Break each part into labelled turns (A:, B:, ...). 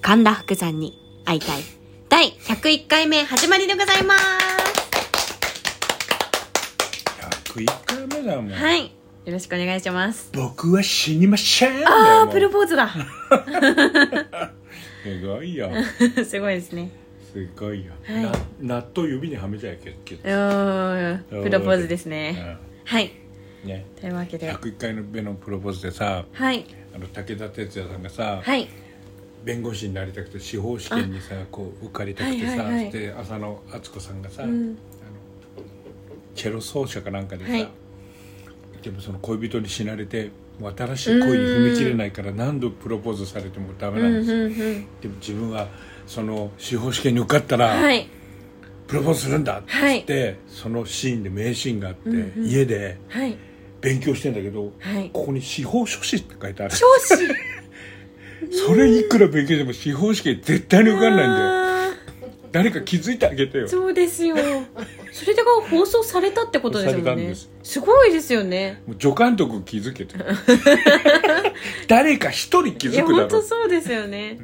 A: 神田福さんに会いたい。第101回目始まりでございます。
B: 101回目だもん、
A: はい。よろしくお願いします。
B: 僕は死にませんだよ
A: あー、
B: もう
A: プロポーズだ。
B: すごいよ
A: すごいですね。
B: すごいよ、
A: はい
B: な納豆指にはめちゃいけけど
A: う、ーん、プロポーズですね。はい。
B: うんね
A: というわけで。
B: 101回目のプロポーズでさ
A: はい。
B: あの武田鉄矢さんがさ、
A: はい。
B: 弁護士になりたくて司法試験にさこう受かりたくてさ、
A: はいはいはい
B: で浅野敦子さんがさ、
A: うん
B: チェロ奏者かなんかでさ、
A: はい
B: でもその恋人に死なれてもう新しい恋に踏み切れないから何度プロポーズされてもダ
A: う
B: メ
A: ん
B: なん
A: う
B: です
A: ん
B: よ、
A: うん。
B: でも自分はその司法試験に受かったら、
A: はい。
B: プロポーズするんだっ
A: はい
B: つって、そのシーンで名シーンがあって、
A: うんうん
B: 家で
A: はい。
B: 勉強してんだけど、
A: はい
B: ここに司法書士って書いてある
A: 教 師
B: それいくら勉強しても司法試験絶対に受かんないんだよ
A: あ
B: 誰か気づいてあげてよ
A: ーそうですよ。それでが放送されたってことです
B: さ
A: も
B: れ
A: ん
B: たん
A: ね。
B: です
A: すごいですよね。
B: もう助監督気づ けて誰か一人気
A: い
B: づ
A: や、
B: くだ
A: 本
B: ろ
A: 当
B: う
A: そうですよね。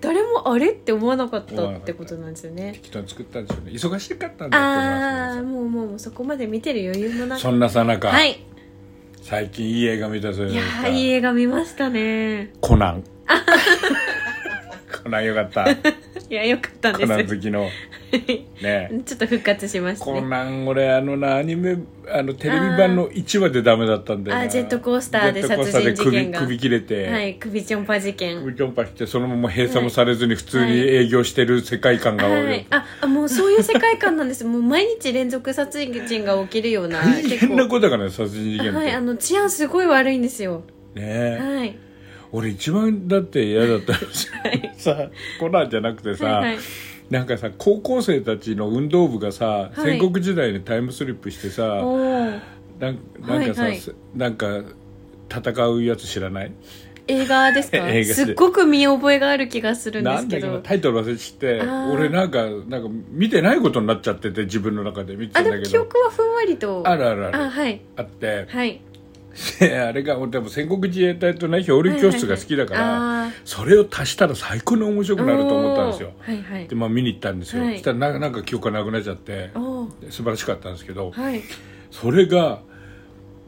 A: 誰もあれって思わなかったってことなんですよね。
B: 適当に作ったんでしょうね忙しかったんだと思い
A: あ
B: ま
A: ー、もうもうもうそこまで見てる余裕もな
B: す
A: く。
B: そんなさなか、
A: はい。
B: 最近いい映画見たそう
A: い
B: い
A: や
B: うか
A: ー、いい映画見ましたね。
B: コナン コナンよかった
A: いや、よか った
B: コ
A: で
B: ナン
A: す。
B: 好きのね
A: ちょっと復活しました
B: コ
A: ね。
B: ナン俺あのなアニメあのテレビ版の1話でダメだったんだよな
A: あージェットコースターで
B: ジェットコースターで
A: 殺人事件が
B: 首首切れて、
A: はい、首ちょんぱ事件。
B: 首ちょんぱしてそのまま閉鎖もされずに普通に営業してる世界観が多い、
A: はい、ああもうそういう世界観なんです もう毎日連続殺人が起きるような
B: 大変な
A: 結
B: ことだからね殺人事件
A: 構
B: って、
A: はいあの治安すごい悪いんですよ
B: ねえ
A: はい
B: 俺一番だって嫌だ ったのさ、さコナンじゃなくてさ、
A: はいはい
B: なんかさ高校生たちの運動部がさ、
A: い
B: 戦国時代にタイムスリップしてさ
A: おー
B: なんなんかさ、
A: はいはい
B: なんか戦うやつ知らない
A: 映画ですか
B: 映画です
A: すっごく見覚えがある気がするんで
B: な
A: す
B: ん
A: け
B: だけど
A: ど
B: タイトル忘れちゃって
A: あー
B: 俺なんかなんか見てないことになっちゃってて自分の中で見てた
A: あ
B: ん
A: で
B: だ
A: も
B: け
A: 記
B: ど
A: 憶はふんわりと
B: あるあるある
A: あはい
B: あって
A: はい
B: であれが俺でも戦国自衛隊とね漂流教室が好きだから、
A: はいはいはいあー
B: それを足したら最高に面白くなると思ったんですよ
A: おーはいはい
B: でまあ見に行ったんですよ、
A: はい
B: そしたらななんか記憶がなくなっちゃって
A: おー
B: 素晴らしかったんですけど
A: はい
B: それが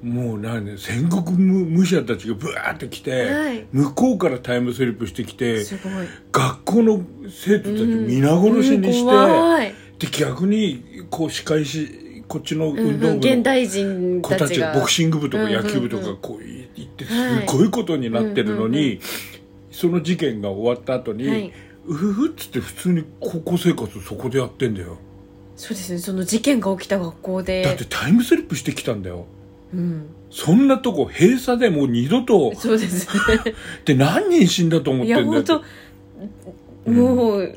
B: もうなんね戦国武武者たちがブワーって来て、
A: はい
B: 向こうからタイムスリップしてきて
A: すごい
B: 学校の生徒たちを皆殺しにして、
A: うん怖い
B: で逆にこう仕返しこっちの運
A: うんう
B: 動
A: ん
B: 部
A: 現
B: の
A: 代人
B: 子
A: た
B: た
A: ち
B: ち
A: が
B: がボクシング部と
A: うん
B: か
A: うんうん
B: 野球部とかこうい行ってすごいことになってる
A: はいう
B: の
A: んうん
B: にその事件が終わった後
A: は
B: に
A: い
B: ウフフっつって普通に高校生活そこでやってんだよ
A: そうですねその事件が起きた学校で
B: だってタイムスリップしてきたんだよ
A: うん
B: そんなとこ閉鎖でもう二度と
A: そうですね
B: で何人死んだと思っ
A: い
B: て
A: や
B: んだ
A: 本
B: よ
A: 当もう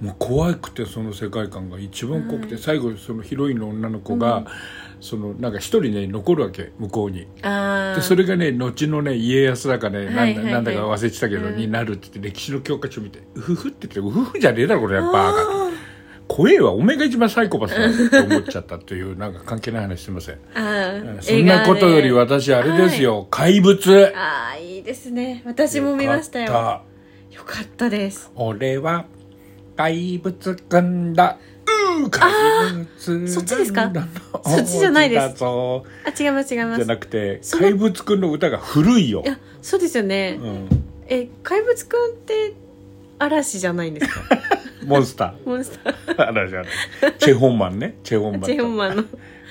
B: もう怖くてその世界観が一番濃くて最後そのヒロインの女の子
A: う
B: が
A: ん
B: そのなんか一人ね残るわけ向こうに
A: ああ
B: でそれがね後のね家康だかねなんだ,、
A: はいはいはい
B: なんだか忘れてたけど、
A: うん
B: になるって言って歴史の教科書見て「うふふ」って言って「うふふじゃねえだろこれやっぱ」怖えわおめえが一番サイコパスだと思っちゃったというなんか関係ない話してません
A: あー
B: そんなことより私あれですよ、怪物
A: 映画ねああいいですね私も見ましたよよかっ
B: かった
A: です
B: 俺は怪物くんだうー怪物
A: そっちですか
B: 軍団の
A: そっちじゃないです
B: 王子だぞ
A: あ違います違いま
B: じゃ
A: す
B: なくて
A: その
B: 怪物くんの歌が古いよ
A: い、やそうですよね、
B: うん、
A: え怪物くんって嵐じゃないんですか
B: モンスター
A: モンスター
B: あらじゃあチェ・ホンマンねチェ・ホンマンと
A: チェホンマンの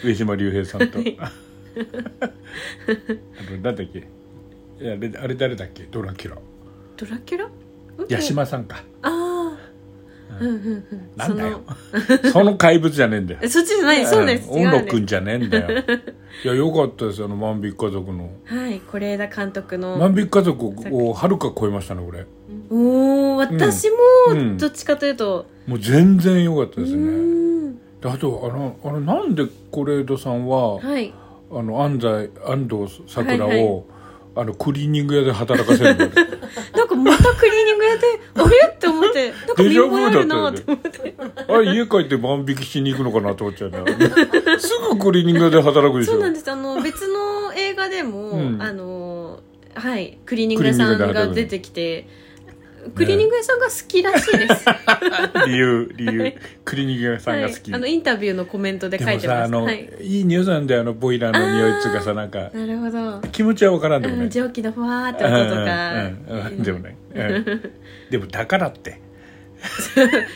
B: 上島竜兵さんとあ
A: はい
B: となんだっけいやあれあれ誰だっけドラキュラ
A: ドラキュラ
B: 八島さんか
A: ああうんうんうん
B: なんだよその怪物じゃねえんだよ
A: そのえそっちじゃないそうです
B: うん
A: 違
B: 音
A: うん
B: 楽
A: で
B: く
A: す
B: んじゃねえん だよいやよかったですよあの万引き家族の
A: はい是枝監督の
B: 万引き家族をはるか超えましたね俺
A: おお私
B: うん
A: もどっちかというと、
B: もう全然よかった
A: う
B: ですね
A: ーん
B: であとあのあのなんで是枝さんは、
A: はい
B: あの安西安藤サクラを、
A: はいはい
B: あのクリーニング屋で働かせるんだよ
A: なんかまたクリーニングやって あれって思ってなんか見覚えあるなって思って
B: あれ家帰って万引きしに行くのかなと思っちゃ うんだよすぐクリーニング屋で働くでしょ
A: そうなんですあの別の映画でも、
B: うん
A: あのはいクリーニング屋さんが出てきてクリーニング屋さんが好きらしいです、
B: 理由理由クリニック屋さんが好き、
A: はい、あのインタビューのコメントで
B: で
A: 書い
B: も
A: て
B: さ
A: ま
B: あ
A: す
B: の、
A: はいい、、
B: い匂いなんだよあのボイラーの匂いっつうかさなんか
A: なるほど、
B: 気持ちは分からんでも
A: う、
B: なんい
A: 蒸気のふわーって
B: うん
A: 音と
B: うんうんうんで
A: か、
B: もね、うんでもだからって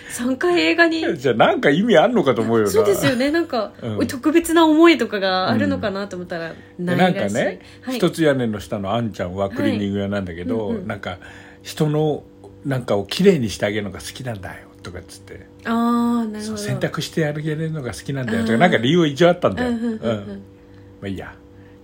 A: 3回映画に
B: じゃあなんか意味あんのかと思うよな
A: そうですよねなんか、
B: うん
A: 特別な思いとかがあるのかなと思ったら、
B: で
A: な
B: ないんから
A: しい
B: ね、
A: はい、
B: 一つ屋根の下のあんちゃんはクリーニング屋なんだけ
A: はい
B: ど、
A: うんうん
B: なんか人のなんかをきれいにしてあげるのが好きなんだよとかっつって
A: ああなる
B: そ
A: ほ
B: う
A: ど
B: 洗濯してあげるのが好きなんだよ
A: あ
B: とか
A: ー
B: なんか理由一応あったん
A: う
B: だ
A: ん
B: よ、
A: うんうん、う
B: うんま
A: ん、
B: あいいや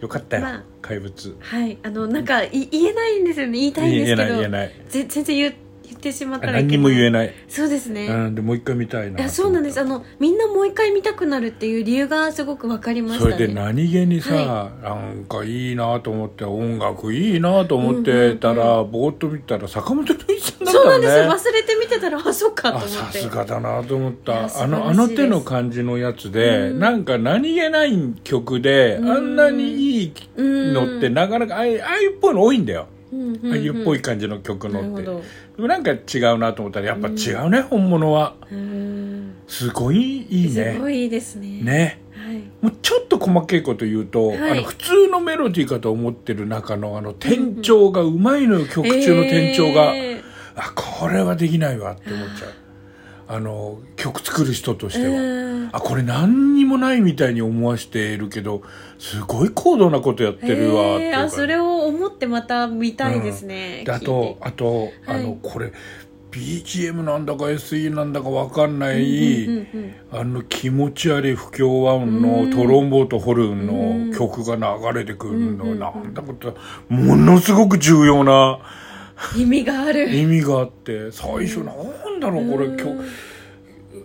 B: よかったよ、
A: まあ
B: 怪物
A: はいあのなんかい言えないんですよね言いたいんですけど
B: 言えない言えない
A: ぜ全然言う言ってしまったら
B: 何にも言え
A: い
B: ない、
A: けないそうですね、
B: うん、でもう一回見たいない
A: やそうなんですあのみんなもう一回見たくなるっていう理由がすごく分かりました
B: そ
A: ね
B: れで何気にさ、
A: は
B: なんかいいなと思って音楽いいなと思ってたら、
A: うん
B: ぼーっと見たら坂本龍一さんだった
A: そう
B: の
A: なん
B: ね
A: ですよ忘れて見てたらあそっかと
B: あ
A: 思って
B: さすがだなと思っ
A: いや素
B: たあ
A: 晴らしい
B: のあ
A: です
B: の手の感じのやつで、
A: うん
B: なんか何気ない曲で、
A: うん
B: あんなにいい
A: うん
B: のってなかなかああいうああいうっぽいの多いんだ
A: う
B: よ、
A: んうんうん
B: ああいうっぽい感じの曲
A: なる
B: のっ
A: ほ
B: てで
A: ど
B: もなんか違うなと思ったらやっぱ違うね、本物は
A: うん
B: すごいいい
A: す
B: ね
A: ごいいいですね
B: ね
A: はい
B: もうちょっと細けいこと言うと、
A: はい
B: あの普通のメロディーかと思ってる中のあの転調がうまいのよ、曲中の転調が、
A: え
B: あこれはできないわって思っちゃうあの曲作る人として
A: ー
B: は、
A: うん
B: あこれ何にもないみたいに思わしているけどすごい高度なことやってるわっていう
A: えー
B: か
A: あそれを思ってまた見たいですね、
B: であ
A: 聞いて
B: とあと、あ
A: は
B: の
A: い
B: これ BGM なんだか SE なんだかわかんない、
A: うんうん
B: あの気持ち悪い不協和音のトロンボーンとホルンの曲が流れてくるの、
A: うん
B: なんだことものすごく重要な
A: うん意味があ る
B: 意味があって最初なんだろうこれ曲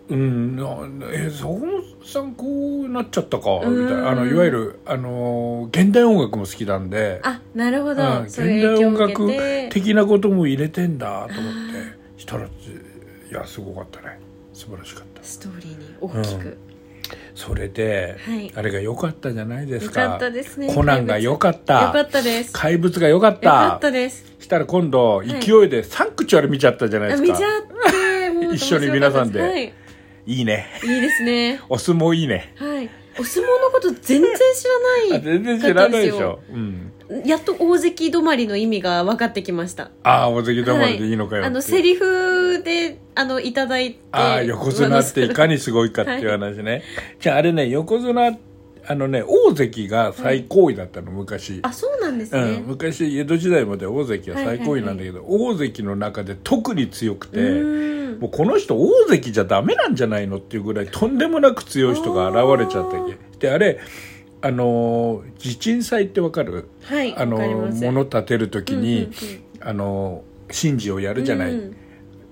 A: うん
B: うん、なえ坂本さんこうなっちゃったかみた
A: う
B: い
A: ん
B: なあのいわゆるあの現代音楽も好きなんで、
A: あなるほ
B: うん
A: ど
B: 現
A: そうい
B: 代
A: う影響
B: 音
A: を受け
B: 楽
A: て
B: 的なことも入れてんだと思ってしたらいやすごかったね素晴らしかった
A: ストーリーに大きく、
B: それで、
A: はい
B: あれが良かったじゃないです
A: よ
B: か
A: かったですね
B: コナンが良かっ
A: よ
B: た
A: かったですよ
B: 怪物が良かった
A: かったです
B: したら今度
A: い
B: 勢いでサンクチュアル見ちゃったじゃない
A: あ
B: ですか、
A: 見ちゃってもう
B: 一緒に皆さんで
A: はい、い
B: いいね
A: いですね
B: お相撲いいね
A: はいお相撲のこと全然知
B: あ
A: らない
B: 全然知らないでしょ、うん
A: やっと大関止まりの意味が分かってきました
B: ああ、大関止まりでいいのかよって
A: あのセリフであのいただいて
B: ああ、横綱っていかにすごいかっていう話ね。じゃああれね、横綱、あのね、大関が最高位だったの、昔。
A: あそうなんです
B: う
A: ね、
B: ん、昔江戸時代まで大関は最高位なんだけど、大関の中で特に強く
A: う
B: て、
A: ーん
B: もうこの人大関じゃダメなんじゃないのっていうぐらいとんでもなく強い人が現れちゃったわけであれあのー地鎮祭ってわかる
A: はい
B: あの
A: わかりま
B: ー
A: す
B: 物建てる時
A: うん
B: に、
A: う
B: あのー神事をや
A: んう
B: る
A: ん
B: じゃない、
A: うん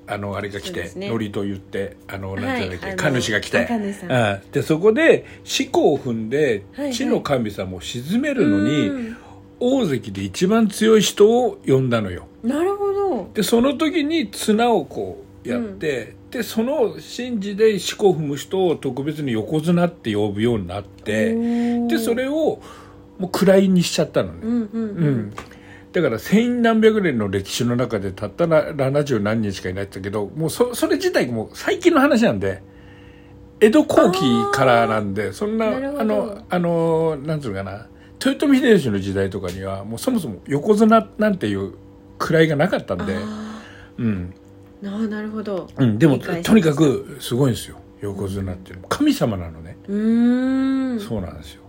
B: あのあれが来
A: そうで
B: て、
A: すね
B: ノリと言ってあのなんていうんだっけ、
A: はいあの
B: 神主が来て、
A: 神主さん
B: うん、でそこで四股を踏んで、
A: はいはい
B: 地の神様を鎮めるのに、
A: うん
B: 大関で一番強い人を呼んだのよ
A: なるほど
B: でその時に綱をこうやって、でその神事で四股を踏む人を特別に横綱って呼ぶようになって、で
A: で
B: それをもう位にしちゃったのね、
A: うんうん
B: う
A: うんん、
B: だから千何百年の歴史の中でたったな70何人しかいないんだけどもうそそれ自体もう最近の話なんで江戸後期からなんでそんな
A: なるほど
B: あのあのなんつうのかな豊臣秀吉の時代とかにはもうそもそも横綱なんていう位がなかったんで、
A: あ
B: うん
A: ーなあなるほど
B: うん、でも
A: 理解しました
B: とにかくすごいんですよ横綱っていうのは神様なのね、
A: うーん
B: そうなんですよ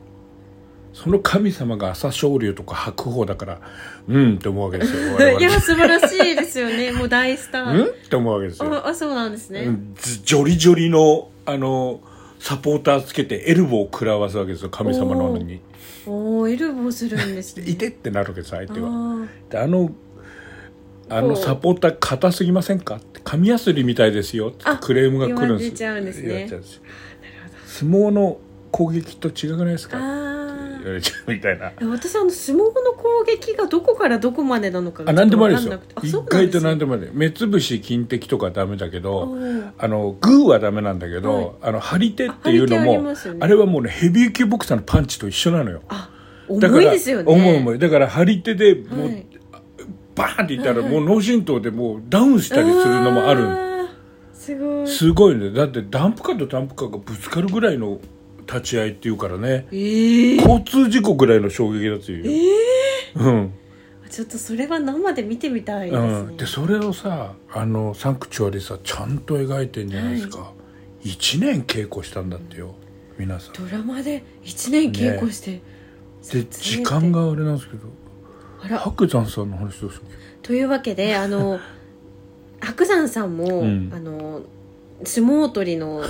B: その神様が朝青龍とか白鵬だからうんって思うわけですよ我 々
A: いや素晴らしいですよねもう大スタ
B: うん
A: ー
B: って思うわけですよ、
A: ああそうなんですね、
B: うんずジョリジョリのあのサポーターつけてエルボーを食らわすわけですよ神様ののに
A: おおエルボーするんです
B: で
A: ね
B: いてってなるわけです相手
A: あ
B: は
A: ー
B: であのあのサポーター硬すぎませんかって紙やすりみたいですよって
A: あ
B: クレームが来るんです
A: 言われちゃうんですね
B: 言われちゃうんですよ相撲の攻撃と違くないです
A: あ
B: かって言われちゃうみたいな
A: ー私あの相撲の攻撃がどこからどこまでなのか
B: あ
A: が
B: 何でもありで
A: ち
B: す
A: ょ
B: よ
A: っと
B: 一
A: 分かんなく
B: 回
A: て
B: と
A: あそうなんで
B: 何でもあり目つぶし金敵とかはダメだけど、
A: すね
B: あのグーはダメなんだけど、
A: はい
B: あの張り手っていうの
A: あ張り手あり
B: も
A: ま
B: あ,、
A: すよね
B: れはもうねヘビー級ボクサーのパンチと一緒なのよ
A: あ
B: だか
A: 重
B: ら
A: いですよね
B: 重い重いだから張り手でもう、
A: はい
B: バーンっていったらもう脳震盪でもうダウンしたりするのもあるん
A: あーすごい
B: すごいねだってダンプカーとダンプカーがぶつかるぐらいの立ち合いっていうからね
A: ええ
B: 交通事故ぐらいの衝撃だっていうよ、うん
A: ちょっとそれは生で見てみたいです、ね
B: うん、でそれをさあのサンクチュアリさちゃんと描いてんじゃないですか、一1年稽古したんだってよ皆さん
A: ドラマで1年稽古して、撮影
B: で
A: って
B: 時間があれなんですけど
A: あら
B: 白山さんの話どうする
A: というわけ であの白山さんも、
B: うん
A: あの相撲取りの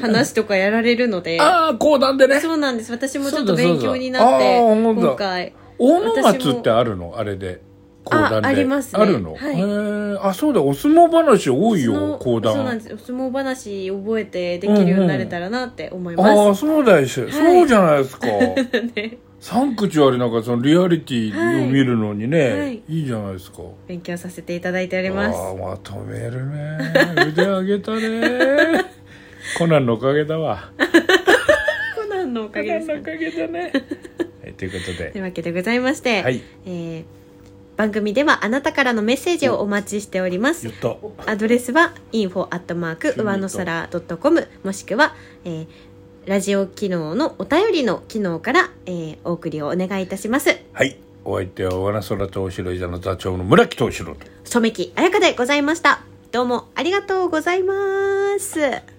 A: 話とかやられるので
B: ああ講談でね
A: そうなんです私もちょっ
B: そ
A: と
B: うだそう
A: 勉
B: だ
A: 強になって
B: あー本当だ
A: 今回
B: 大野松ってあるのあれで講談で
A: あありますね
B: あるの、
A: はい
B: へーあそうだお相撲話多い
A: そ
B: よ
A: の
B: 講
A: そうなん
B: 談
A: ですお相撲話覚えてできるようになれたらなって思います、
B: ああそうだし、
A: い
B: そうじゃないです か
A: ね
B: サンクチュアリなんかそのリアリティを見るのにね、
A: はいはい
B: い、いじゃないですか
A: 勉強させていただいております
B: ああまとめるね腕上げたね コナンのおかげだわ
A: コナンのお
B: コ
A: かげで
B: ナン
A: す
B: の
A: か
B: おかげ だねはいということ
A: とい
B: で
A: うわけでございまして、
B: はい
A: えー番組ではあなたからのメッセージをお待ちしております
B: 言った
A: アドレスは info@ 上の皿 .com もしくは、えーラジオ機能のお便りの機能から、えーお送りをお願いいたします。
B: はいお相手は小原空とおしろい座の座長の村木とおしろと
A: 染木彩香でございました。どうもありがとうございます。